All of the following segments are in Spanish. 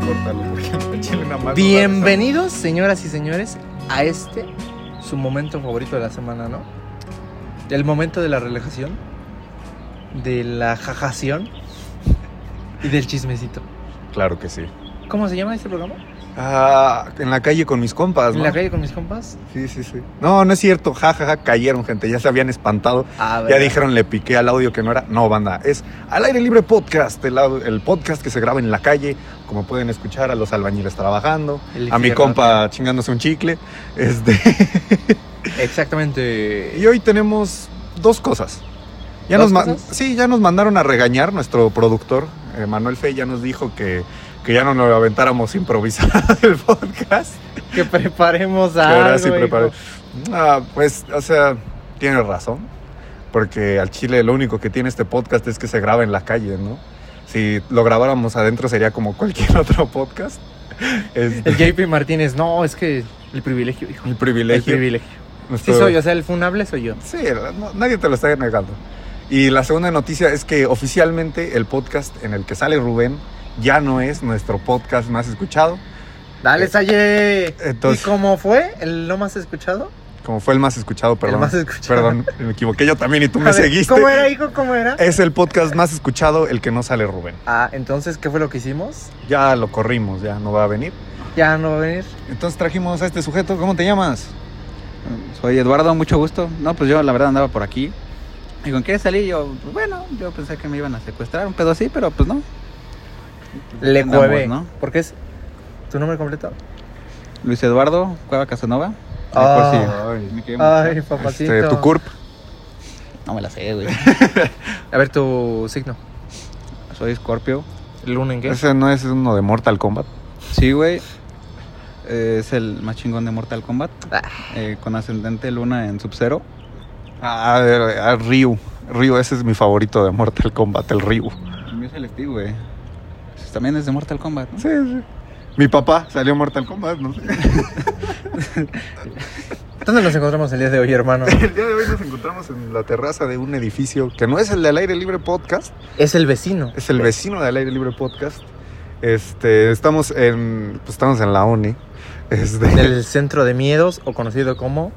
Córtalo, porque échale una mano. Bienvenidos, señoras y señores, a este, su momento favorito de la semana, ¿no? El momento de la relajación, de la jajación y del chismecito. Claro que sí. ¿Cómo se llama este programa? Ah, en la calle con mis compas, ¿no? ¿En la calle con mis compas? Sí, sí, sí. No, no es cierto. Ja, ja, ja, cayeron, gente. Ya se habían espantado. Ah, Ya ¿verdad? dijeron, le piqué al audio que no era. No, banda, es Al Aire Libre Podcast, el, au- el podcast que se graba en la calle, como pueden escuchar a los albañiles trabajando, El a mi fierro, compa chingándose un chicle. Este, Exactamente. y hoy tenemos dos cosas. Ya ¿Dos nos ma- cosas? Sí, ya nos mandaron a regañar nuestro productor, eh, Manuel Fey, ya nos dijo que, que ya no nos lo aventáramos improvisado el podcast. Que preparemos Que a. ahora sí preparo. Ah, pues, o sea, tiene razón. Porque al Chile lo único que tiene este podcast es que se graba en la calle, ¿no? Si lo grabáramos adentro sería como cualquier otro podcast. Este, El JP Martínez, no, es que el privilegio, hijo. el El privilegio. privilegio. Sí, Nuestro- soy, o sea, el funable soy yo. Sí, no- nadie te lo está negando. Y la segunda noticia es que oficialmente el podcast en el que sale Rubén ya no es nuestro podcast más escuchado. Dale, Eh, Salle. entonces- ¿Y cómo fue el lo más escuchado? Como fue el más escuchado, perdón. más escuchado. Perdón, me equivoqué yo también y tú A me ver, seguiste. ¿Cómo era, hijo? ¿Cómo era? Es el podcast más escuchado, el que no sale Rubén. Eh, Ah, entonces, ¿qué fue lo que hicimos? Ya lo corrimos, ya no va a venir. Ya no va a venir. Entonces trajimos a este sujeto, ¿cómo te llamas? Soy Eduardo, mucho gusto. No, pues yo la verdad andaba por aquí. ¿Y con qué salí? Yo, pues, bueno, yo pensé que me iban a secuestrar, un pedo así, pero pues no. Le Andamos, cueve. ¿no? Porque es tu nombre completo. Luis Eduardo, Cueva Casanova. Ahí Ah. por si me quieren Ay, buscar. papacito. Este, tu CURP. No me la sé, güey. A ver, tu signo. Soy Scorpio. ¿Luna en qué? Ese no es uno de Mortal Kombat. Sí, güey. Eh, es el más chingón de Mortal Kombat. Ah. Eh, con ascendente luna en Sub-Zero. Ah, a ver, a Ryu. Ryu, ese es mi favorito de Mortal Kombat, el Ryu. El mío es el Steve, güey. Pues, También es de Mortal Kombat, ¿no? Sí, sí. Mi papá salió en Mortal Kombat, no sé. ¿Dónde nos encontramos el día de hoy, hermano? El día de hoy nos encontramos en la terraza de un edificio que no es el del Aire Libre Podcast, Es el vecino. es el vecino del Aire Libre Podcast. Este, estamos en, pues estamos en la uni. Este, Del centro de miedos, o conocido como.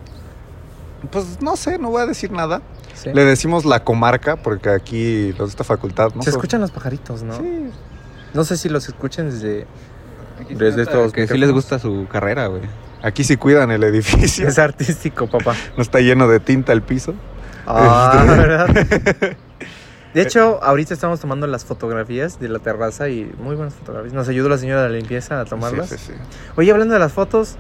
Pues no sé, no voy a decir nada. Sí. Le decimos la comarca porque aquí los de esta facultad no Se escuchan los pajaritos, ¿no? Sí. No sé si los escuchen desde. Aquí se Desde nota estos Que sí micrófonos. les gusta su carrera, güey. Aquí sí cuidan el edificio. Es artístico, papá. No está lleno de tinta el piso. Ah, Este. ¿verdad? De hecho, ahorita estamos tomando las fotografías de la terraza y muy buenas fotografías. Nos ayudó la señora de la limpieza a tomarlas. Sí, sí, sí. Oye, hablando de las fotos,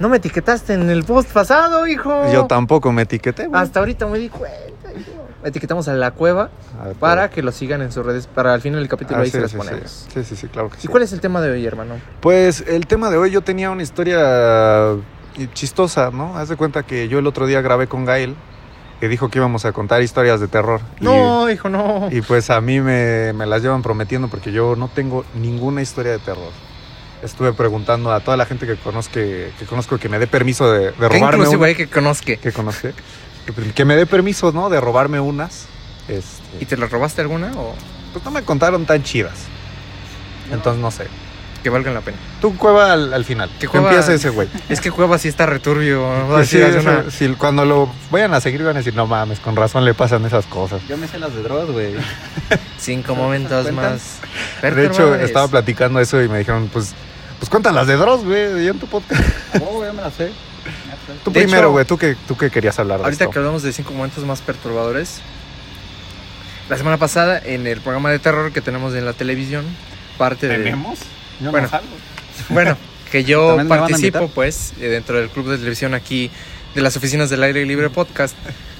no me etiquetaste en el post pasado, hijo. Yo tampoco me etiqueté. güey. Hasta ahorita me di cuenta. hijo. Etiquetamos a la cueva A ver, Ah, para pero- que lo sigan en sus redes. Para al final del capítulo Oh. Ah, ahí sí, se las sí, ponemos. sí. Sí, sí, sí, claro que ¿Y sí. cuál es el tema de hoy, hermano? Pues el tema de hoy yo tenía una historia eh, chistosa, ¿no? Haz de cuenta que yo el otro día grabé con Gael y dijo que íbamos a contar historias de terror. Y- No, hijo, no. Y pues a mí me, me las llevan prometiendo porque yo no tengo ninguna historia de terror. Estuve preguntando a toda la gente que conozco que, conozco que me dé permiso de, de robarme inclusive una, hay eh, que conozca. que conozca, que, que me dé permiso, ¿no? De robarme unas. Este, ¿Y te la robaste alguna o pues no me contaron tan chidas. Entonces no sé. que valgan la pena? Tú cueva al, al final. Que Que Cueva- empiece ese güey. Es que Cueva sí está returbio. ¿no? Pues sí, Así hace o sea, una- si cuando lo vayan a seguir van a decir, no mames, con razón le pasan esas cosas. Yo me sé las de Dross, güey. Cinco momentos ¿Cuentan? más. De hecho, estaba platicando eso y me dijeron, pues, pues cuéntalas de Dross, güey, y en tu podcast. Oh, yo me las sé. Tú De primero, hecho, güey, tú que tú que querías hablar de Ahorita esto. que hablamos de cinco momentos más perturbadores, la semana pasada en el programa de terror que tenemos en la televisión, parte de... Yo Bueno. no salgo. Bueno, que yo ¿También me van a participo invitar? pues eh, dentro del club de televisión aquí de las oficinas del aire libre podcast.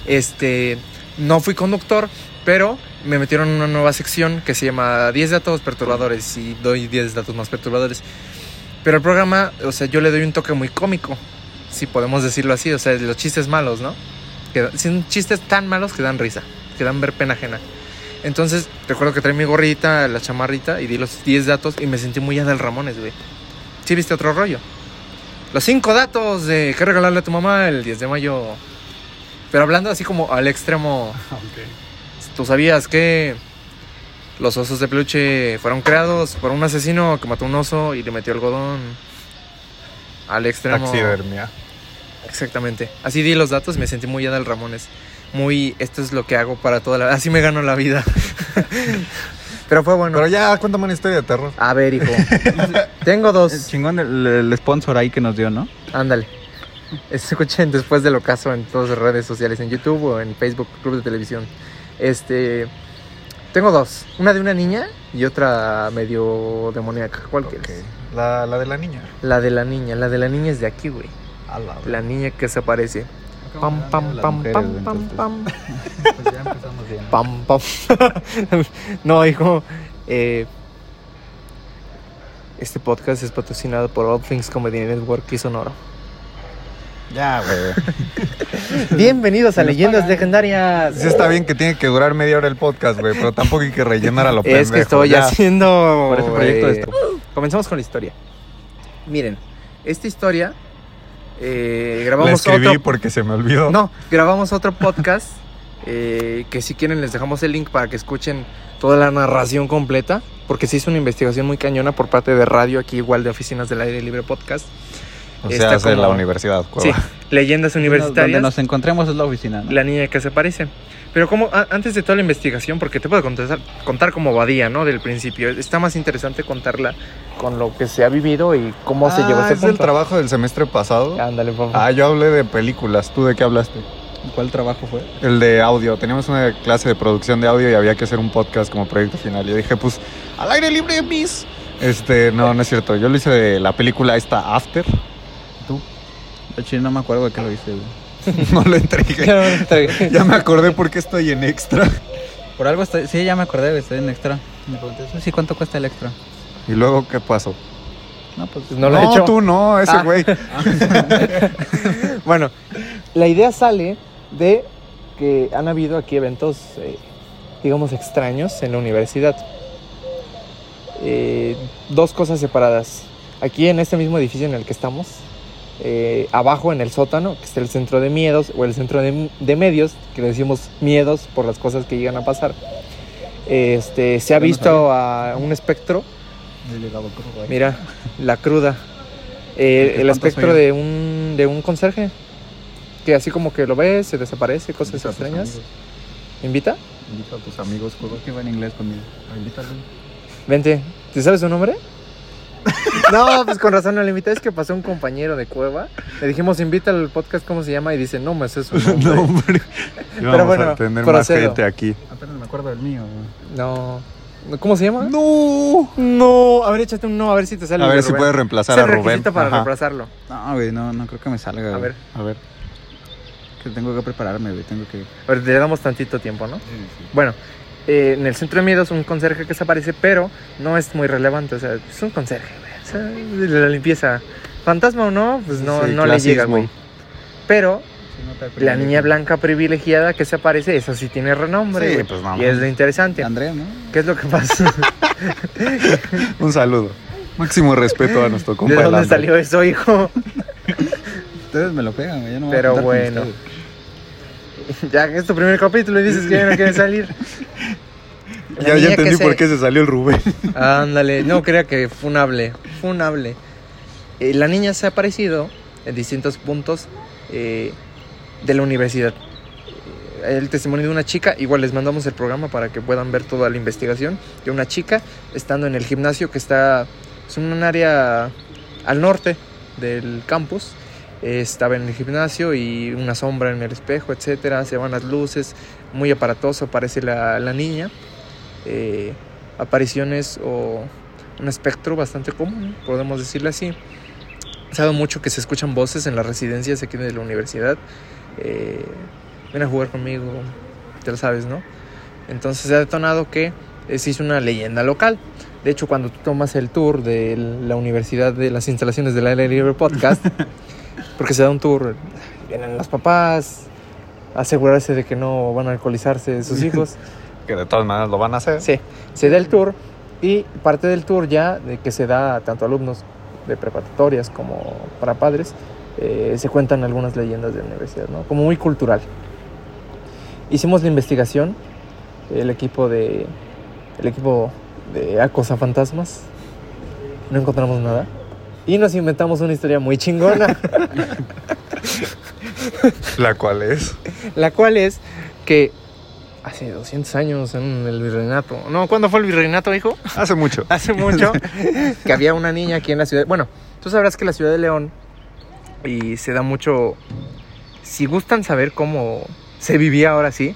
Este, no fui conductor, pero me metieron en una nueva sección que se llama 10 datos perturbadores y doy 10 datos más perturbadores. Pero el programa, o sea, yo le doy un toque muy cómico, si podemos decirlo así, o sea, los chistes malos, ¿no? Que, sin chistes tan malos que dan risa, que dan ver pena ajena. Entonces, recuerdo que traí mi gorrita, la chamarrita y di los 10 datos y me sentí muy Adal Ramones, güey. Sí viste otro rollo. Los cinco datos de qué regalarle a tu mamá el 10 de mayo. Pero hablando así como al extremo, ¿tú sabías que Los osos de peluche fueron creados por un asesino que mató a un oso y le metió algodón al extremo. Taxidermia. Exactamente. Así di los datos, me sentí muy Adal Ramones. Muy, esto es lo que hago para toda la... Así me gano la vida. Pero fue bueno. Pero ya, cuéntame una historia de terror. A ver, hijo. Tengo Pues, El dos. chingón el, el sponsor ahí que nos dio, ¿no? Ándale. Escuchen después del ocaso en todas las redes sociales, en YouTube o en Facebook, Club de Televisión. Este. Tengo dos. Una de una niña y otra medio demoníaca. ¿Cuál Ok. quieres? La, la de la niña. La de la niña. La de la niña es de aquí, güey. A la La niña que se aparece. Pam, Las pam, pam, mujeres, pam, pam, entonces. pam. Pues ya empezamos bien. Pam, pam. no, hijo. eh, este podcast es patrocinado por All Things Comedy Network y Sonoro. Ya, güey. Bienvenidos a Se nos Leyendas pagan. Legendarias. Sí está bien que tiene que durar media hora el podcast, güey, pero tampoco hay que rellenar a lo pendejo. Es que estoy ya. haciendo. Por ese proyecto eh, de esto. Comenzamos con la historia. Miren, esta historia. eh, La grabamos escribí otro. porque se me olvidó. No, grabamos otro podcast. eh, que si quieren, les dejamos el link para que escuchen toda la narración completa. Porque se hizo una investigación muy cañona por parte de radio, aquí igual de Oficinas del Aire Libre Podcast. o está sea, es de la como- universidad, Sí, cueva. leyendas Donde universitarias. nos encontremos es la oficina, ¿no? La niña que se parece. Pero como a- antes de toda la investigación, porque te puedo contestar- contar como Badía, ¿no? Del principio. Está más interesante contarla con lo que se ha vivido y cómo se Ah, llevó a este es del punto. trabajo del semestre pasado. Ándale, papá. Ah, yo hablé de películas. ¿Tú de qué hablaste? ¿Cuál trabajo fue? El de audio. Teníamos una clase de producción de audio y había que hacer un podcast como proyecto final. Y dije, pues, al aire libre, mis. Este, no, no es cierto. Yo lo hice de la película esta, After. Yo chile no me acuerdo de qué lo hice, güey. No lo entregué. Ya me acordé por qué estoy en extra. Por algo estoy... Sí, ya me acordé, güey, estoy en extra. Me pregunté eso. Sí, ¿cuánto cuesta el extra? ¿Y luego qué pasó? No, pues... No lo he hecho. tú no, ese Ah. güey. Bueno, la idea sale de que han habido aquí eventos, eh, digamos, extraños en la universidad. Eh, dos cosas separadas. Aquí en este mismo edificio en el que estamos, eh, abajo en el sótano, que está el centro de miedos o el centro de, de medios, que le decimos miedos por las cosas que llegan a pasar. Este, se ha Ya no visto a un espectro Mira, la cruda. Eh, El que el tanto espectro soy yo. de un, de un conserje. Que así como que lo ves, se desaparece, cosas extrañas. ¿Invita? Invita a tus amigos, ¿Por qué va en inglés conmigo? Ah, Invítalo. Vente. ¿Te sabes su nombre? no, pues con razón no le invité. Es que pasó un compañero de cueva. Le dijimos, invita al podcast, ¿cómo se llama? Y dice, no, me sé su nombre. No, no. hombre. Pero bueno, a tener más procedo. gente aquí. Apenas me acuerdo del mío, güey. ¿Cómo se llama? No. No. A ver, échate un no, a ver si te sale. A el de ver si Rubén. puedes Es el reemplazar a Rubén. requisito para Ajá. reemplazarlo. No, güey, no, no creo que me salga, A güey. ver, A ver. Que tengo que prepararme, güey. Tengo que... a ver, le damos tantito tiempo, ¿no? Bueno, eh, en el centro de miedos un conserje que desaparece, pero no es muy relevante. O sea, es un conserje, güey. O sea, de la limpieza. Fantasma o no, pues no, Sí, no le llega, clasismo. güey. Pero Sí, no te la niña blanca privilegiada que se aparece, esa sí tiene renombre. Sí, güey. pues, no y es mames. lo interesante. Andrea, ¿no? ¿Qué es lo que pasa? Un saludo. Máximo respeto a nuestro compa. ¿De el dónde André. salió eso, hijo? Ustedes me lo pegan, güey. Yo no voy a Pero contar con bueno. ustedes. ya que es tu primer capítulo y dices que ya no quiere salir. La Ya, niña ya que entendí se- por qué se salió el Rubén. Ándale, no crea que funable, funable. Eh, la niña se ha aparecido en distintos puntos eh, de la universidad. Eh, El testimonio de una chica, igual les mandamos el programa para que puedan ver toda la investigación, de una chica estando en el gimnasio que está, es un área al norte del campus. Eh, estaba en el gimnasio y una sombra en el espejo, etcétera, se van las luces, muy aparatoso aparece la, la niña. Eh, apariciones o un espectro bastante común, podemos decirlo así. Sabe mucho que se escuchan voces en las residencias aquí de la universidad. eh, ven a jugar conmigo, te lo sabes, ¿no? Entonces se ha detonado que eh, se hizo una leyenda local. De hecho, cuando tú tomas el tour de la universidad de las instalaciones del aire libre podcast, porque se da un tour, vienen los papás, asegurarse de que no van a alcoholizarse sus hijos. Que de todas maneras lo van a hacer. Sí, se da el tour y parte del tour ya de que se da a tanto alumnos de preparatorias como para padres, eh, se cuentan algunas leyendas de la universidad, ¿no? Como muy cultural. Hicimos la investigación, el equipo de el equipo de Acosa Fantasmas. No encontramos nada. Y nos inventamos una historia muy chingona, La cual es. la cual es que hace 200 años en el virreinato. No, ¿cuándo fue el virreinato, hijo? Hace mucho. hace mucho que había una niña aquí en la ciudad. Bueno, tú sabrás que la ciudad de León y se da mucho. Si gustan saber cómo se vivía ahora sí,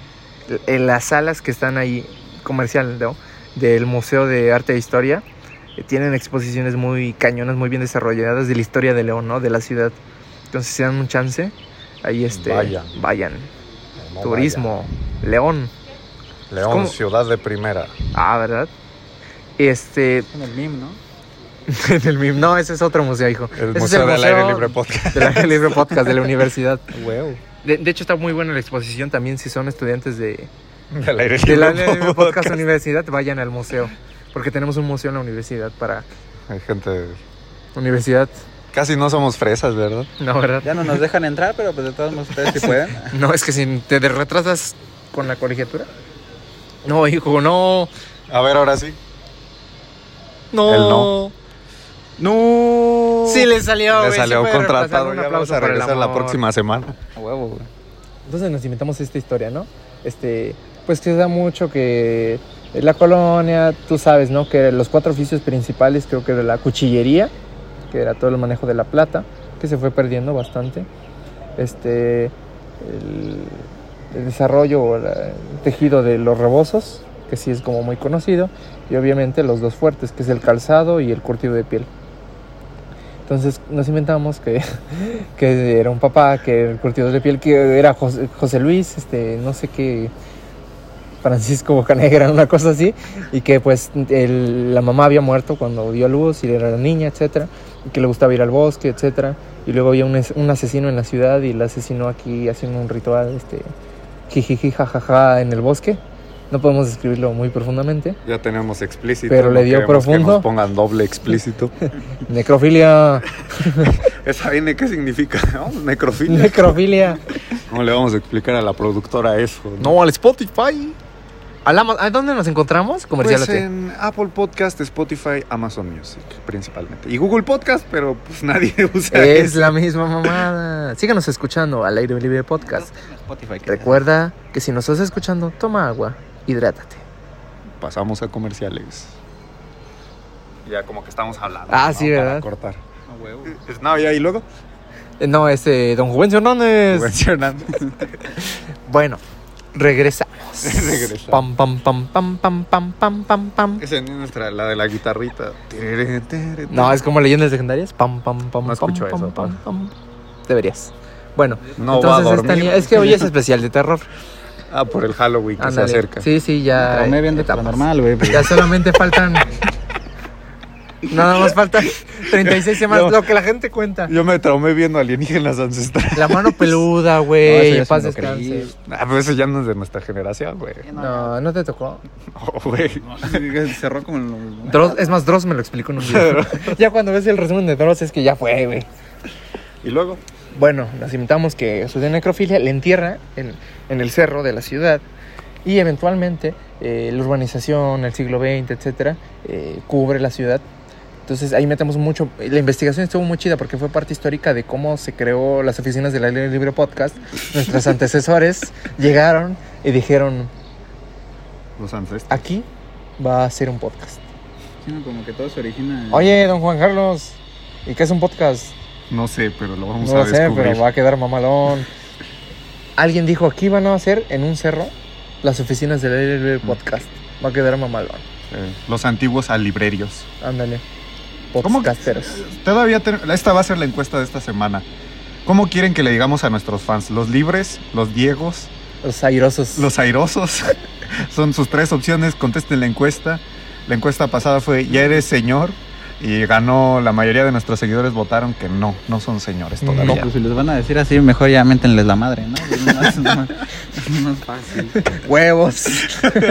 en las salas que están ahí comercial ¿no? del Museo de Arte e Historia eh, tienen exposiciones muy cañonas, muy bien desarrolladas de la historia de León, ¿no? De la ciudad. Entonces, si dan un chance, ahí este, Vayan. vayan. Turismo, León. León, ¿Cómo? ciudad de primera. Ah, ¿verdad? Este, En el MIM, ¿no? En el MIM. No, ese es otro museo, hijo. El Ese Museo es del Aire Libre Podcast. del Aire Libre Podcast de la universidad. Wow. De, de hecho, está muy buena la exposición también si son estudiantes de, Del Aire Libre, del Aire Libre Podcast Podcast. Universidad, vayan al museo. Porque tenemos un museo en la universidad para... Hay gente. Universidad, Casi no somos fresas, ¿verdad? no, ¿verdad? Ya no nos dejan entrar, pero pues de todos modos ustedes sí pueden. No, es que si te de- retrasas con la colegiatura. No, hijo, no. A ver, ahora sí. No. Él no. ¡No! Sí le salió, Le güey, sí salió puede retrasar. contratado. Un Ya vamos aplauso a por el regresar la amor. próxima semana. A huevo, güey. Entonces nos inventamos esta historia, ¿no? Este, pues que se da mucho que la colonia, tú sabes, ¿no? Que los cuatro oficios principales creo que era la cuchillería, que era todo el manejo de la plata, que se fue perdiendo bastante. Este, el, el desarrollo o la- el tejido de los rebozos, que sí es como muy conocido, y obviamente los dos fuertes, que es el calzado y el curtido de piel. Entonces nos inventamos que que era un papá, que el curtidor de piel, que era José, José Luis, este, no sé qué, Francisco Bocanegra, una cosa así, y que pues el- la mamá había muerto cuando dio a luz y era la niña, etcétera, y que le gustaba ir al bosque, etcétera, y luego había un, es- un asesino en la ciudad y la asesinó aquí haciendo un ritual, este, jijiji, jajaja, en el bosque. No podemos describirlo muy profundamente. Ya tenemos explícito. Pero no le dio queremos profundo. Que nos pongan doble explícito. Necrofilia, ¿Esa N qué significa? ¿No? Necrofilia. necrofilia. ¿Cómo le vamos a explicar a la productora eso? al Spotify. Al Ama- ¿A dónde nos Pues encontramos? Comercialate. en Apple Podcast, Spotify, Amazon Music principalmente. Y Google Podcast, pero pues nadie usa Es eso. la misma mamada. Síganos escuchando al aire libre podcast. Spotify. que- Recuerda que si nos estás escuchando, toma agua, hidrátate. Pasamos a comerciales. Ya como que estamos hablando. Ah, sí, Para ¿verdad? cortar. A huevo. Es Navidad y luego. Eh, No, este, don Juvencio Hernández. Juvencio Hernández. Bueno, regresamos. Regresamos. Pam, pam, pam, pam, pam, pam, pam, pam, pam. Esa es nuestra, la de la guitarrita. Tere, tere, No, es como leyendas legendarias. Pam, pam, pam, No pam, escucho pam, eso, pam, pam. Deberías. Bueno, No va a entonces esta dormir. niña- es que hoy es especial de terror. Ah, por el Halloween que Ándale. se acerca. Sí, sí, ya. Pero me eh, viendo etapas. normal, güey. pues. pero- Ya solamente faltan. Nada más faltan 36 semanas. No. Lo que la gente cuenta. Yo me traumé viendo alienígenas ancestrales. La mano peluda, No, eso güey. ya en se paz me lo creí. descanse. Ah, pero eso ya no es de nuestra generación, güey. No, no te tocó. Oh, güey. Cerró como en los... Dross- es más, Dross me lo explicó en un video. ya cuando ves el resumen de Dross es que ya fue, güey. Y luego, Bueno, nos invitamos que estudia necrofilia, le entierra en, en el cerro de la ciudad y eventualmente eh, la urbanización, el siglo XX, etcétera, eh, cubre la ciudad. Entonces ahí metemos mucho. La investigación estuvo muy chida porque fue parte histórica de cómo se creó las oficinas del Aire Libre Podcast. Nuestros antecesores llegaron y dijeron: los ancestros. aquí va a ser un podcast. Sino como que todo se origina... Oye, don Juan Carlos, ¿y qué es un podcast? No sé, pero lo vamos no a lo sé, descubrir. pero va a quedar mamalón. Alguien dijo, aquí van a hacer en un cerro las oficinas del aire libre Mm. podcast. Va a quedar mamalón. Eh, los antiguos alibrerios. Ándale. ¿Cómo que- Podcasteros. Todavía ten- esta va a ser la encuesta de esta semana. ¿Cómo quieren que le digamos a nuestros fans? ¿Los libres? ¿Los diegos? Los airosos. ¿Los airosos? Son sus tres opciones. Contesten la encuesta. La encuesta pasada fue ¿Ya eres señor? Y ganó, la mayoría de nuestros seguidores votaron que no, no son señores No, todavía. pues si les van a decir así, mejor ya méntenles la madre, ¿no? Es más, más- más fácil. huevos.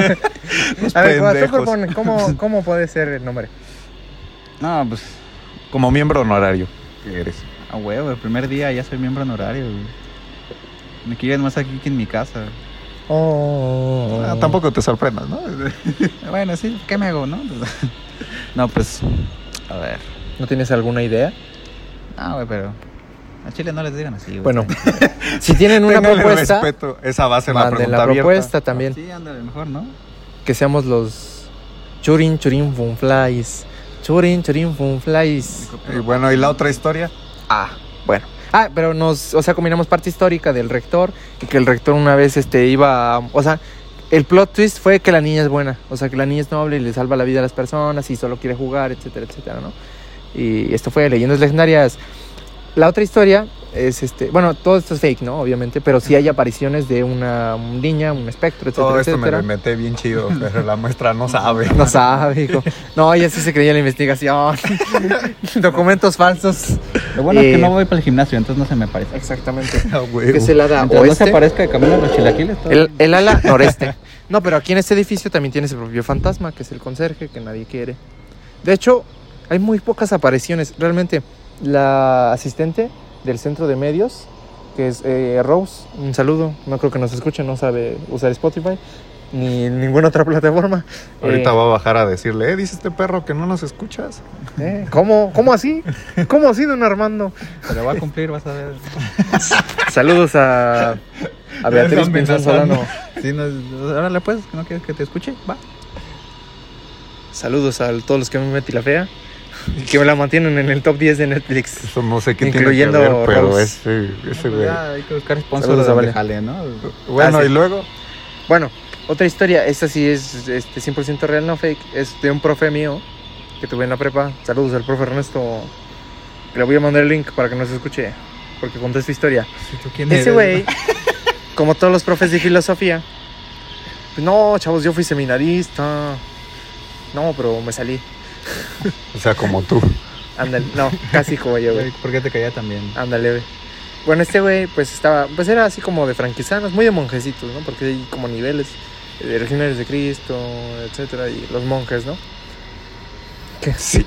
a ver, Juan, tú pendejos. propone, ¿cómo, ¿cómo puede ser el nombre? No, pues Como miembro honorario que eres. a huevo, el primer día ya soy miembro honorario, güey. Me quieren más aquí que en mi casa. Oh, Ah, tampoco te sorprendas, ¿no? Bueno, sí, ¿qué me hago, no? no, pues. A ver. ¿No tienes alguna idea? No, Ah, güey, pero. A Chile no les digan así, güey. Bueno, si tienen una Ténganle propuesta, respeto. Esa va a ser la manden pregunta la abierta. Ah, propuesta también. Sí, ándale, mejor, ¿no? Que seamos los churin, churin, funflies. Churin, churin, funflies. Y bueno, ¿y la otra historia? Ah, bueno. Ah, pero nos, o sea, combinamos parte histórica del rector y que el rector una vez este iba, a- o sea, el plot twist fue que la niña es buena, o sea, que la niña es noble y le salva la vida a las personas y solo quiere jugar, etcétera, etcétera, ¿no? Y esto fue Leyendas Legendarias. La otra historia es este, bueno, todo esto es fake, ¿no? Obviamente, pero sí hay apariciones de una niña, un espectro, etcétera, Todo esto me etcétera. lo inventé bien chido, pero la muestra no sabe. No sabe, hijo. No, ya sí se creía la investigación. Documentos falsos. Lo bueno es Eh, que no voy para el gimnasio, entonces no se me parece. Exactamente. Ah, güey. Que se la da Mientras no se oeste. aparezca de camino a los chilaquiles, todo El, bien. el ala noreste. No, pero aquí en este edificio también tiene su propio fantasma, que es el conserje, que nadie quiere. De hecho, hay muy pocas apariciones. Realmente, la asistente del centro de medios, que es eh, Rose, un saludo. No creo que nos escuche, no sabe usar Spotify ni ninguna otra plataforma. Ahorita Eh, va a bajar a decirle, eh, dice este perro que no nos escuchas. eh, ¿Cómo? ¿Cómo así? ¿Cómo así, don Armando? Pero va a cumplir, vas a ver. Saludos a, a Beatriz Están Pinzón amenazando. Solano. Sí, no, órale, pues, ¿no quieres que te escuche? Va. Saludos a todos los que me metí la fea, que me la mantienen en el top 10 de Netflix. Eso no sé qué Incluyendo tiene que ver, pero Rose. ese, ese No, pues güey. ya hay que buscar sponsor Saludos a donde Vale. jale, ¿no? Bueno, Ah, sí. y luego, Bueno, otra historia, esta sí es este, 100% real, no fake, es de un profe mío que tuve en la prepa. Saludos al profe Ernesto. Le voy a mandar el link para que nos escuche, porque conté su historia. Ese güey, como todos los profes de filosofía, pues, no, chavos, yo fui seminarista. No, pero me salí. o sea, como tú. Ándale, no, casi como yo, güey. Güey, ¿Por qué te caía también? Ándale, güey. Bueno, este güey, pues estaba, pues era así como de franquizanos, muy de monjecitos, ¿no? Porque hay como niveles, eh, de legionarios de Cristo, etcétera, y los monjes, ¿no? Sí.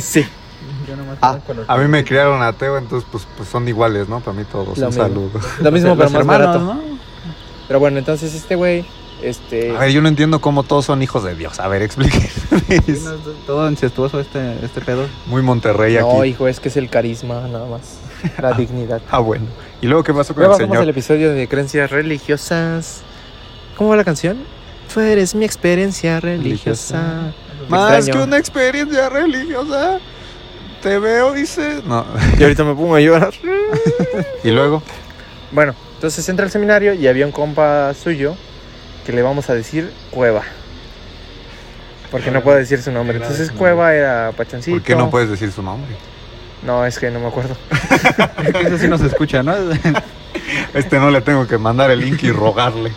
Sí. Yo nomás Ah, conozco los- A mí me criaron ateo, entonces pues, pues son iguales, ¿no? Para mí todos. Lo un mismo. saludo. Lo mismo, los pero más hermanos, barato. ¿no? Pero bueno, entonces este güey, este. A ver, yo no entiendo cómo todos son hijos de Dios. A ver, explíqueme. Sí, no, es Todo incestuoso este, este pedo. Muy Monterrey aquí. no, hijo, es que es el carisma, nada más. La dignidad. Ah, bueno. ¿Y luego qué pasó con el Luego hacemos señor? el episodio de creencias religiosas. ¿Cómo va la canción? Tú eres mi experiencia religiosa. Más extraño. que una experiencia religiosa. Te veo, dice. No. Y ahorita me pongo a llorar. Y luego, Bueno, entonces entra al seminario y había un compa suyo que le vamos a decir Cueva. Porque no puedo decir su nombre. Era Entonces su Cueva era pachoncito. ¿por qué no puedes decir su nombre? No, es que no me acuerdo. Eso sí nos escucha, ¿no? Este no le tengo que mandar el link y rogarle.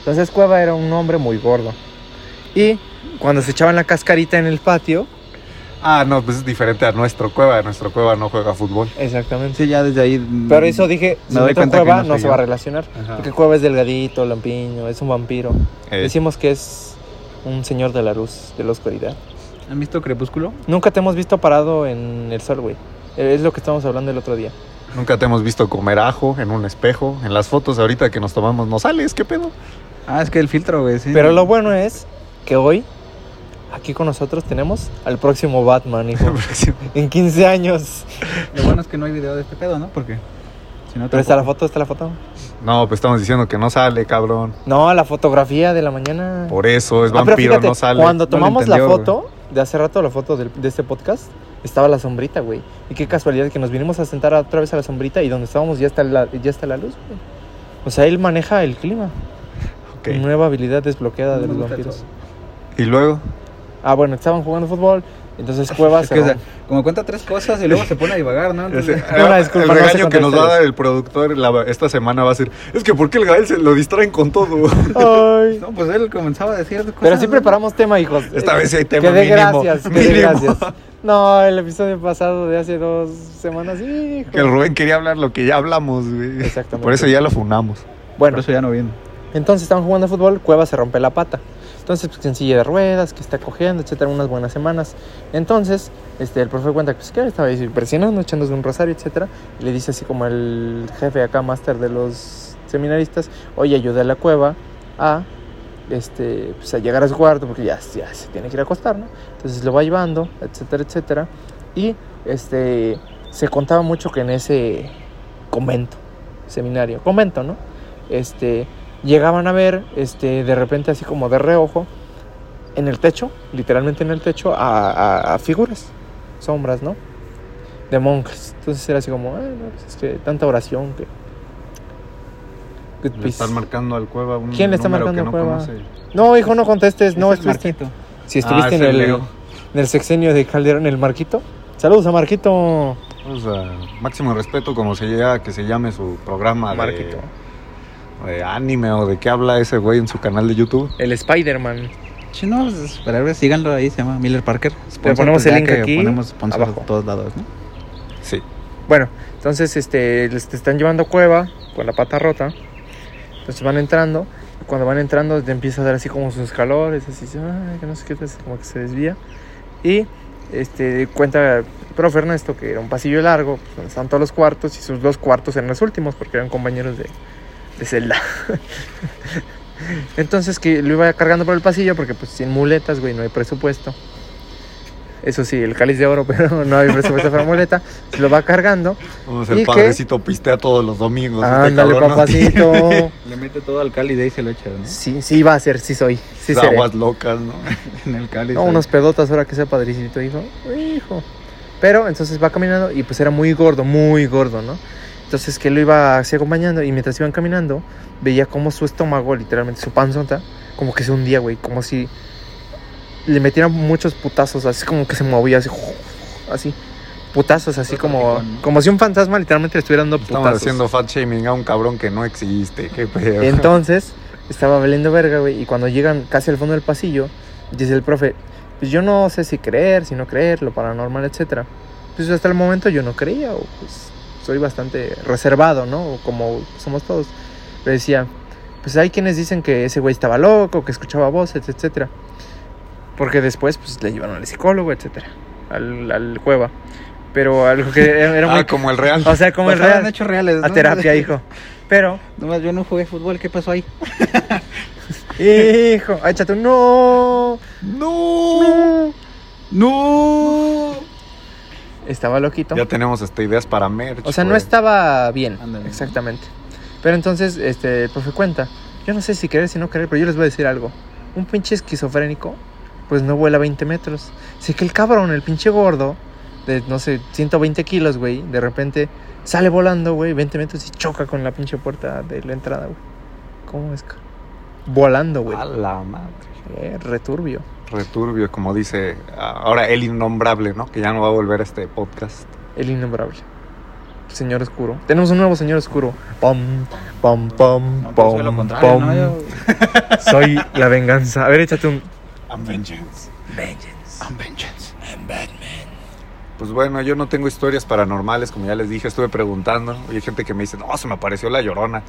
Entonces Cueva era un hombre muy gordo. Y cuando se echaban la cascarita en el patio, Ah, no, pues es diferente a nuestro cueva. Nuestro cueva no juega fútbol. exactamente. Sí, ya desde ahí. mm, Pero eso dije, si Me doy meto a cuenta que Cueva no no soy se yo. va a relacionar. Ajá. Porque Cueva es delgadito, lampiño, es un vampiro. Eh, Eh. Decimos que es un señor de la luz, de la oscuridad. ¿Han visto Crepúsculo? Nunca te hemos visto parado en el sol, güey. Es lo que estábamos hablando el otro día. Nunca te hemos visto comer ajo en un espejo. En las fotos ahorita que nos tomamos no sales, ¿qué pedo? Ah, es que el filtro, güey, sí. Pero lo bueno es que hoy, aquí con nosotros, tenemos al próximo Batman, hijo. en 15 años. Lo bueno es que no hay video de este pedo, ¿no? Porque. Si no, Pero está la tampoco- foto, está la foto. No, pues estamos diciendo que no sale, cabrón. No, la fotografía de la mañana. Por eso es Ah, pero vampiro, fíjate, no sale. Cuando No lo tomamos la entendió, foto, de hace rato la foto del- de este podcast, estaba la sombrita, güey. Y qué casualidad que nos vinimos a sentar otra vez a la sombrita y donde estábamos ya está la, ya está la luz, güey. O sea, él maneja el clima. güey. Ok. Nueva habilidad desbloqueada No de me los gusta vampiros. eso. Y luego, Ah, bueno, estaban jugando fútbol. Entonces Cueva Es se que, o va- sea, como cuenta tres cosas y luego se pone a divagar, ¿no? Entonces, ese- Una disculpa, el no sé regaño que contar nos va a historias. dar el productor la- esta semana va a ser: Es que ¿por qué el Gael se lo distraen con todo? Ay. no, pues él comenzaba a decir cosas. Pero sí ¿no? preparamos tema, hijos. Esta vez sí hay tema Que dé mínimo. gracias, que dé Mínimo. gracias. No, el episodio pasado de hace dos semanas, hijo. Que el Rubén quería hablar lo que ya hablamos, güey. Exactamente. Por eso ya lo funamos. Por Bueno, eso ya no vino. entonces estaban jugando fútbol, Cueva se rompe la pata. Entonces, pues en silla de ruedas, que está cogiendo, etcétera, unas buenas semanas. Entonces, este, el profe cuenta que pues, que él estaba ahí presionando, echándose un rosario, etcétera. Y le dice así como el jefe acá, máster de los seminaristas, oye, ayuda a la cueva a, este, pues, a llegar a su cuarto porque ya, ya se tiene que ir a acostar, ¿no? Entonces lo va llevando, etcétera, etcétera. Y este, se contaba mucho que en ese convento, seminario, convento, ¿no? Este, llegaban a ver, este, de repente así como de reojo, en el techo, literalmente en el techo, a, a- a figuras, sombras, ¿no? De monjas. Entonces era así como, "Ah, no, pues, es que tanta oración que... Good Le están peace". marcando al Cueva un ¿Quién le está número que marcando no al Cueva? conoce. No, hijo, no contestes, no Ese es estuviste. Marquito. Si estuviste Ah, en, ese el, Leo. en el sexenio de Calderón, el Marquito. Saludos a Marquito. O sea, máximo respeto como se llega que se llame su programa de- Marquito. De, anime o de qué habla ese güey en su canal de YouTube. El Spider-Man. Chinos, superhéroes, síganlo ahí, se llama Miller Parker. Sponsor, ponemos pues, ya el link que aquí, Ponemos sponsor abajo. a todos lados, ¿no? Sí. Bueno, entonces este, les te están llevando a cueva con la pata rota. Entonces van entrando. y Cuando van entrando, te empieza a dar así como sus calores, así, ay, que no sé qué, entonces como que se desvía. Y este, cuenta el profe Ernesto que era un pasillo largo, pues, donde están todos los cuartos, y sus dos cuartos eran los últimos, porque eran compañeros de, de celda. Entonces que lo iba cargando por el pasillo, porque pues sin muletas, güey, no hay presupuesto. Eso sí, el cáliz de oro, pero no hay presupuesto para muleta. Se lo va cargando. Vamos, ¿Y el qué? padrecito pistea todos los domingos. este Ándale, cabrón no tiene papacito. Le mete todo al cáliz y ahí se lo echa, ¿no? Sí, sí va a ser, sí soy. Sí seré. Aguas locas, ¿no? En el cáliz. No, ahí. unos pedotas ahora que sea padricito, hijo. Hijo. Pero entonces va caminando y pues era muy gordo, muy gordo, ¿no? Entonces que lo iba así acompañando y mientras iban caminando veía como su estómago, literalmente su panzota, como que se hundía, güey, como si le metieran muchos putazos, así como que se movía así, así. Putazos, así como, Torticón, ¿no? como si un fantasma literalmente le estuviera dando Estamos putazos. haciendo fat shaming a un cabrón que no existe. Qué pedo. Entonces, estaba valiendo verga, güey. Y cuando llegan casi al fondo del pasillo, dice el profe, pues yo no sé si creer, si no creer, lo paranormal, etcétera. Pues hasta el momento yo no creía, o pues soy bastante reservado, ¿no? O Como somos todos. Pero decía, pues hay quienes dicen que ese güey estaba loco, que escuchaba voces, etcétera. Porque después, pues le llevaron al psicólogo, etcétera. Al, al cueva. Pero algo que era era muy... ah, como el real. o sea, como el Basadas en real. hechos reales, A ¿no? terapia, hijo. Pero... Nomás yo no jugué fútbol, ¿qué pasó ahí? Hijo, ay, chato, no. ¡No! ¡No! Estaba loquito. Ya pues. tenemos este, ideas para merch. O sea, no güey. estaba bien. Ándale. Exactamente. Pero entonces, este, el profe cuenta. Yo no sé si querer, si no querer, pero yo les voy a decir algo. Un pinche esquizofrénico, pues no vuela 20 metros. Así que el cabrón, el pinche gordo, de no sé, 120 kilos, güey, de repente sale volando, güey, 20 metros y choca con la pinche puerta de la entrada, güey. ¿Cómo es? ca- Volando, güey. A la madre. Eh, returbio. Returbio, como dice ah, ahora el innombrable, ¿no? Que ya no va a volver a este podcast. El innombrable. Señor Oscuro. Tenemos un nuevo Señor Oscuro. Pam, pam, pam, No, pues, fue lo pam, contrario, pam. ¿no? Yo- Soy la venganza. A ver, échate un. I'm vengeance. Vengeance. I'm vengeance. I'm Batman. Pues bueno, yo no tengo historias paranormales, como ya les dije, estuve preguntando. Y hay gente que me dice, no, se me apareció la llorona.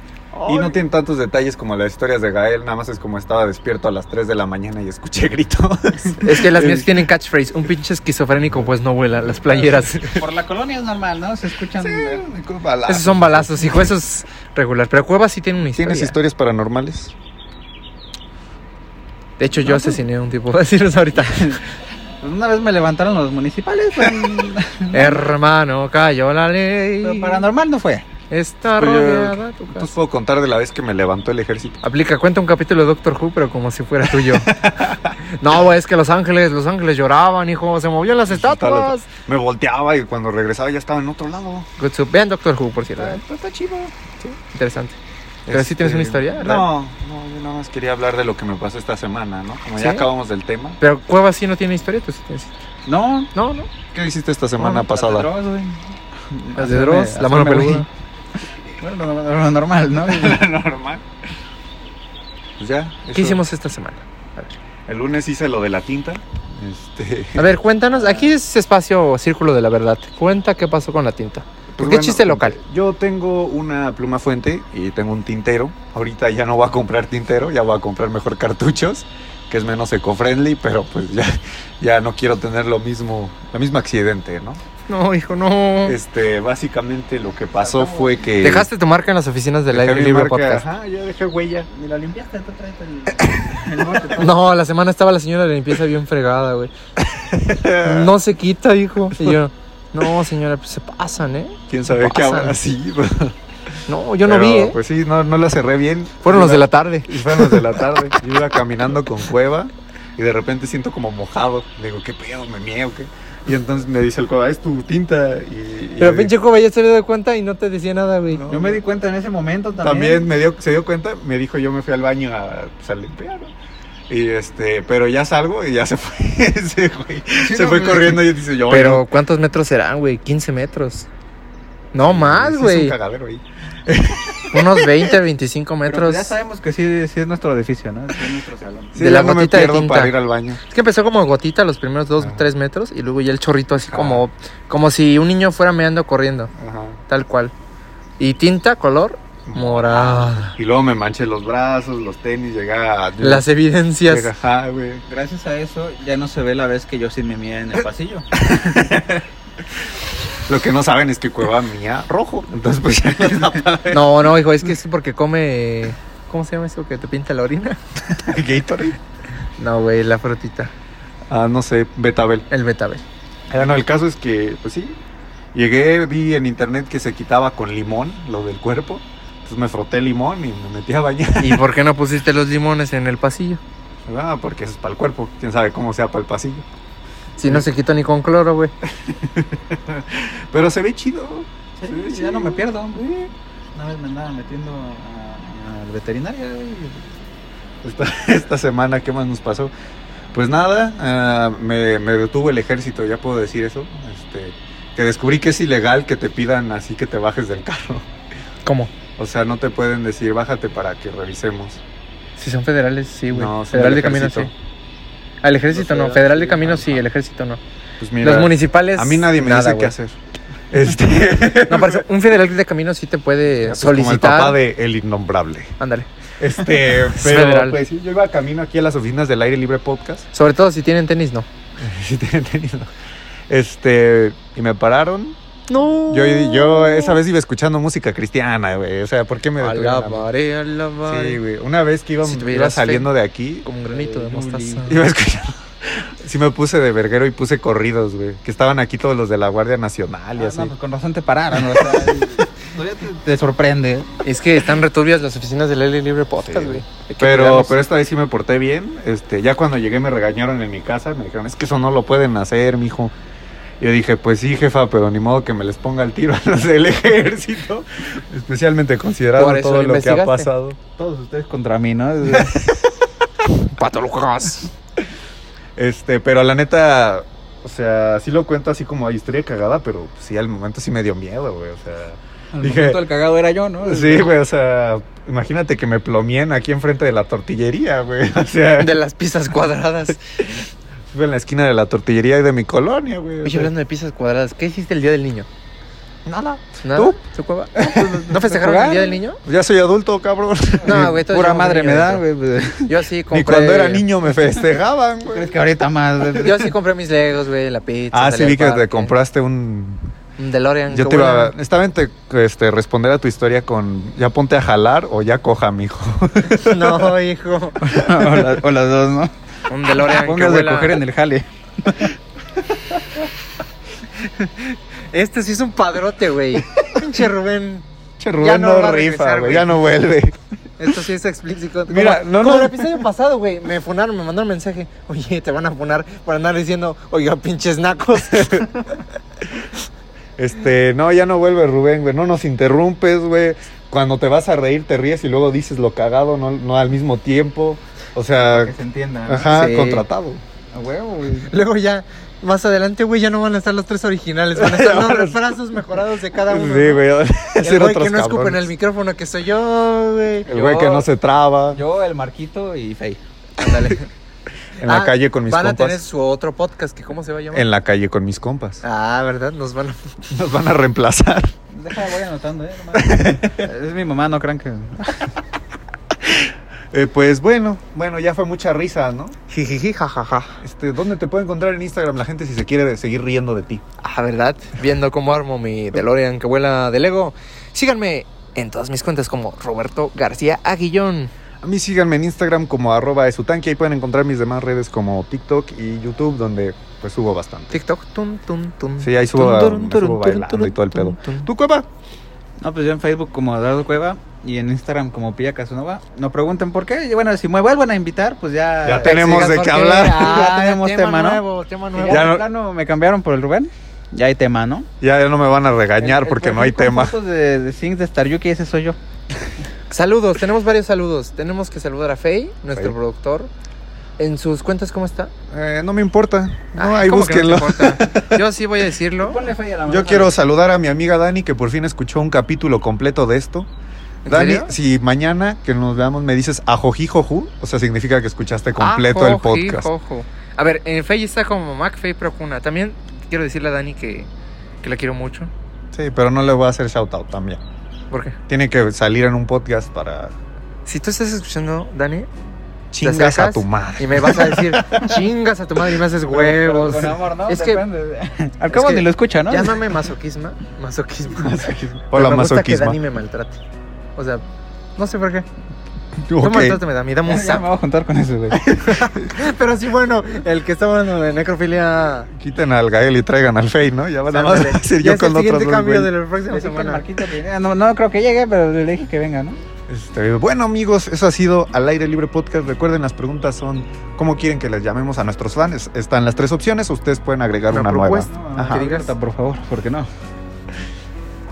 Y no tienen tantos detalles como las historias de Gael, nada más es como estaba despierto a las 3 de la mañana y escuché gritos. Es que las mías tienen catchphrase. Un pinche esquizofrénico, pues no vuela. Las playeras. Por la colonia es normal, ¿no? Se escuchan. Esos son balazos, hijo. Eso es regular. Pero Cueva sí tiene una historia. ¿Tienes historias paranormales? De hecho, yo asesiné a un tipo. Voy a decirles ahorita. Pues Una vez me levantaron los municipales, pero, Hermano, cayó la pero ley. paranormal no fue. Está Pues yo- rodeada tu Entonces casa. puedo contar de la vez que me levantó el ejército. Aplica, cuenta un capítulo de Doctor Who, pero como si fuera tuyo. no, güey, es que Los Ángeles, Los Ángeles lloraban, hijo, se movían las estatuas. Me volteaba y cuando regresaba ya estaba en otro lado. Good soup. Vean Doctor Who, por cierto, eh, Está chido. Este, interesante. Pero sí tienes una historia, ¿verdad? No, no, yo nada más quería hablar de lo que me pasó esta semana, ¿no? Como ¿Sí? ya acabamos del tema. Pero Cueva sí no tiene historia, tú sí tienes. No, No, no. ¿Qué hiciste esta semana no, pasada? Las de Dross, güey. Las de Dross, Hacerme- la mano hacerme peluda. aguda. Bueno, lo, lo normal, ¿no? normal. Pues ya. eso. ¿Qué hicimos esta semana? El lunes hice lo de la tinta. Este, A ver, cuéntanos. Aquí es espacio o círculo de la verdad. Cuenta qué pasó con la tinta. Pues ¿Por qué bueno, chiste local? Yo tengo una pluma fuente y tengo un tintero. Ahorita ya no voy a comprar tintero, ya voy a comprar mejor cartuchos, que es menos eco-friendly, pero pues ya, ya no quiero tener lo mismo, la misma accidente, ¿no? No, hijo, no. Este, básicamente lo que pasó fue que... Mm. Dejaste tu marca en las oficinas del Dejé aire mi libre marca. podcast. Ajá, yo dejé huella. Ni la limpiaste, tú traes el, el bote, todo. No, la semana estaba la señora de limpieza bien fregada, güey. No se quita, hijo. Y yo, no, señora, pues se pasan, ¿eh? ¿Quién sabe qué Pasan. habrá así? No, yo no Pero, vi, ¿eh? Pues sí, no, no la cerré bien. Fueron los de Iba- la tarde. Y fueron los de la tarde. Yo iba caminando con cueva y de repente siento como mojado. Digo, ¿qué pedo? ¿Me mieo? ¿Qué? Y entonces me dice el cueva, es tu tinta. Y, y- Pero pinche Cuba ya se había dado cuenta y no te decía nada, güey. No. Yo me di cuenta en ese momento También también. me dio, se dio cuenta, me dijo, yo me fui al baño a, pues, a limpiar. ¿no? Y este, pero ya salgo y ya se fue ese güey. se no, fue pues, corriendo y dice, yo. Pero, no". ¿cuántos metros serán, güey? 15 metros. No Sí, más, es un güey. cagadero ahí. Unos 20, 25 Pero pues metros. ya sabemos que sí, sí es nuestro edificio, ¿no? Sí es nuestro salón. Sí, De la ya no me gotita de pierdo tinta. para ir al baño. Es que empezó como gotita los primeros 2, Ajá. 3 metros y luego ya el chorrito así Ajá. como, Ah. como si un niño fuera meando corriendo, Ajá. tal cual. Y tinta, color, morada. Y luego me manché los brazos, los tenis, llega a... Las evidencias. llega- ajá, güey. Gracias a eso ya no se ve la vez que yo sí me mía en el pasillo. Lo que no saben es que Cueva mía rojo. Entonces, pues ya no la pagué. No, no, hijo, es que es porque come... ¿Cómo se llama eso que te pinta la orina? Gatorade. No, güey, la frutita, Ah, no sé, Betabel. el betabel. Bueno, el caso es que, pues sí, llegué, vi en internet que se quitaba con limón lo del cuerpo. Entonces me froté limón y me metí a bañar. ¿Y por qué no pusiste los limones en el pasillo? Ah, porque eso es para el cuerpo. Quién sabe cómo sea para el pasillo. Si no se quitó ni con cloro, güey. Pero se ve chido. eh. Se ve Sí, ya chido. no me pierdo. Sí. Una vez me andaba metiendo a- al veterinario. y- Esta, esta semana, ¿qué más nos pasó? Pues nada, ah, me, me detuvo el ejército, ya puedo decir eso. Este, que descubrí que es ilegal que te pidan así que te bajes del carro. ¿Cómo? O sea, no te pueden decir bájate para que revisemos. Si son federales, sí, güey. No, son federal del de camino, sí. ejército. Al ejército Los no, federales, federal de sí. camino sí, Ajá. el ejército no. Pues mira, los municipales. a mí nadie me dice nada, qué güey. hacer. Este, No, parece, un federal de camino sí te puede pues, como el solicitar. papá de El Innombrable. Ándale. Este, federal. pero pues, sí, yo iba camino aquí a las oficinas del Aire Libre Podcast. Sobre todo si tienen tenis, no. Sí, tenía entendido. Este, y me pararon. No. Yo, yo esa vez iba escuchando música cristiana, güey. O sea, ¿por qué me detuvieron? Alabaré, Sí, alabaré. güey. Una vez que iba, Si iba tuvieras fe. saliendo de aquí, Como un granito de mostaza. iba escuchando. Sí me puse de verguero y puse corridos, güey. Que estaban aquí todos los de la Guardia Nacional y Ah, así. no, pues con razón te pararon. O sea, y- todavía te, te sorprende. Es que están returbias las oficinas del L Libre Podcast, Sí, güey. güey. Hay que Pero, cuidarnos. pero esta vez sí me porté bien. Este, ya cuando llegué me regañaron en mi casa, me dijeron, es que eso no lo pueden hacer, mijo. Yo dije, pues sí, jefa, pero ni modo que me les ponga el tiro a los del ejército, especialmente considerando Por eso todo lo lo que ha investigaste. pasado. Todos ustedes contra mí, ¿no? Patologías. Este, pero la neta, o sea, sí lo cuento así como historia cagada, pero sí al momento sí me dio miedo, güey, o sea. Al Dije- momento el cagado era yo, ¿no? Sí, güey, o sea, imagínate que me plomien aquí enfrente de la tortillería, güey, o sea, De las pizzas cuadradas. estuve en la esquina de la tortillería y de mi colonia, güey. o Oye, sea. hablando de pizzas cuadradas, ¿qué hiciste el día del niño? Nada. ¿Nada? ¿Tú? ¿Su cueva? ¿No festejaron el día del niño? Ya soy adulto, cabrón. No, güey, todos Pura llevamos madre niño me da, dentro. güey. pues. Yo sí compré. Ni cuando era niño me festejaban, güey. ¿Crees que ahorita más? Yo sí compré mis Legos, güey, la pizza. Ah, salí sí al vi que parque, te compraste un... Un DeLorean. Yo que te iba... vuela. Estaba en te- este, responder a tu historia con ya ponte a jalar o ya coja, mijo. No, hijo. o, la- o las dos, ¿no? Un DeLorean. que Pongas de vuela. coger en el jale. Este sí es un padrote, güey. Pinche Rubén. Che, Rubén Ya no no, va rifa, a regresar, güey. güey. Ya no vuelve. Esto sí es explícito. Como- Mira, no, como no. el episodio pasado, güey. Me funaron, me mandaron mensaje. Oye, te van a funar por andar diciendo, oiga, pinches nacos. Este, no, ya no vuelve Rubén, güey. No nos interrumpes, güey. Cuando te vas a reír, te ríes y luego dices lo cagado, no, no al mismo tiempo. O sea, Que se entienda. ¿no? ajá, Sí. contratado. A huevo, güey. Luego ya, más adelante, güey, ya no van a estar los tres originales. Van a estar los refrazos mejorados de cada uno. Sí, ¿no? güey. El ser güey otros que no escupe en cabrones. el micrófono, que soy yo, güey. El güey que Yo- no se traba. Yo, el Marquito y Fey. Ándale. En la Ah, calle con mis Van a compas. tener su otro podcast, que ¿cómo se va a llamar? En la calle con mis compas. Ah, ¿verdad? Nos van a... Nos van a reemplazar. Déjala, voy anotando, ¿eh? No mames. es mi mamá, no crean que. Eh, pues bueno, bueno, ya fue mucha risa, ¿no? Jijiji, jajaja. Este, ¿Dónde te puede encontrar en Instagram la gente si se quiere seguir riendo de ti? Ah, ¿verdad? Viendo cómo armo mi DeLorean que vuela de Lego. Síganme en todas mis cuentas como Roberto García Aguillón. A mí síganme en Instagram como arroba esutanqui, ahí pueden encontrar mis demás redes como TikTok y YouTube, donde pues subo bastante. TikTok, tum, tum, tum. Sí, ahí subo, Tum, me turun, turun, subo turun, bailando y todo el turun, pedo. turun, turun. ¿Tu cueva? No, pues yo en Facebook como Eduardo Cueva y en Instagram como Pilla Casanova. No pregunten por qué. Y bueno, si me vuelvan a invitar, pues ya. Ya tenemos de qué hablar. Ya tenemos tema, ¿no? nuevo, Ah, tema Si ya nuevo. Ya de no- plano me cambiaron por el Rubén. Ya hay tema, ¿no? Ya, ya no me van a regañar El- el porque no perfil hay con tema. Fotos de, de Sings de Staryuki, ese soy yo. Saludos, tenemos varios saludos. Tenemos que saludar a Fey, nuestro Fey. productor. En sus cuentas, ¿cómo está? Eh, no me importa, no, Ah, ahí ¿cómo que no te búsquenlo. importa? Yo sí voy a decirlo. Yo quiero saludar a mi amiga Dani que por fin escuchó un capítulo completo de esto. ¿En Dani, serio? si mañana que nos veamos me dices ajojijoju, o sea, significa que escuchaste completo el Ajo, ji, podcast. Ah, jojo. A ver, en Fey está como MacFey Procuna. También quiero decirle a Dani que, que la quiero mucho. Sí, pero no le voy a hacer shout out también. ¿Por qué? Tiene que salir en un podcast para Si tú estás escuchando, Dani, chingas a acercas? tu madre. y me vas a decir, chingas a tu madre y me haces Pero huevos. Con amor, ¿no? Es que- Depende. Al cabo es que- ni lo escucha, ¿no? Llámame masoquisma. Masoquismo. Por Pero la me gusta que masoquisma. Dani me maltrate. O sea, no sé por qué. Tú Ok. maltrátame, Dani, dame Ya, un ya me zap. voy a juntar con ese, güey. Pero sí, bueno, el que está hablando de necrofilia. Quiten al Gael y traigan al Fey, ¿no? Ya van a ándale. decir yo Ya es el con otros siguiente dos, cambio güey. de la próxima Le dije al semana. Marquito que- ah, No, no creo que llegue, pero le dije que venga, ¿no? Este, bueno amigos, eso ha sido Al Aire Libre Podcast. Recuerden, las preguntas son ¿cómo quieren que les llamemos a nuestros fans? Están las tres opciones, ustedes pueden agregar Una una, nueva. propuesta. No, Ajá. que digas. Por favor, porque no.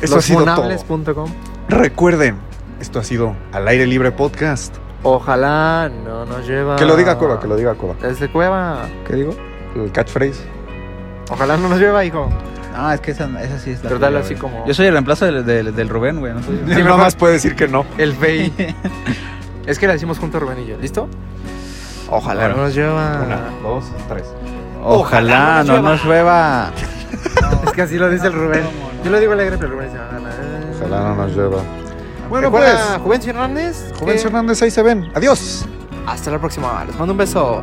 Eso ha sido todo. Losfunables.com. Recuerden, esto ha sido Al Aire Libre Podcast. Ojalá no nos lleva. Que lo diga Cueva, que lo diga Cueva. Desde Cueva. ¿Qué digo? El catchphrase. Ojalá no nos lleva, hijo. Ah, es que esa, esa sí es la. Tratarlo tuya, así güey. como. Yo soy el reemplazo del, del, del Rubén, güey. No soy yo. Nada mejor. más puede decir que no. El fey. es que la decimos junto Rubén y yo. ¿Listo? Ojalá Bueno, no nos lleva. Una, dos, tres. Ojalá no nos llueva. Es que así lo dice el Rubén. ¿Cómo no? Yo lo digo alegre, pero el Rubén "Ah, se va a ganar. Ojalá no nos lleva. Eh. Bueno, pues, Recuerda, Juvencio Hernández. eh, Juvencio que- Hernández, ahí se ven. Adiós. Hasta la próxima. Les mando un beso.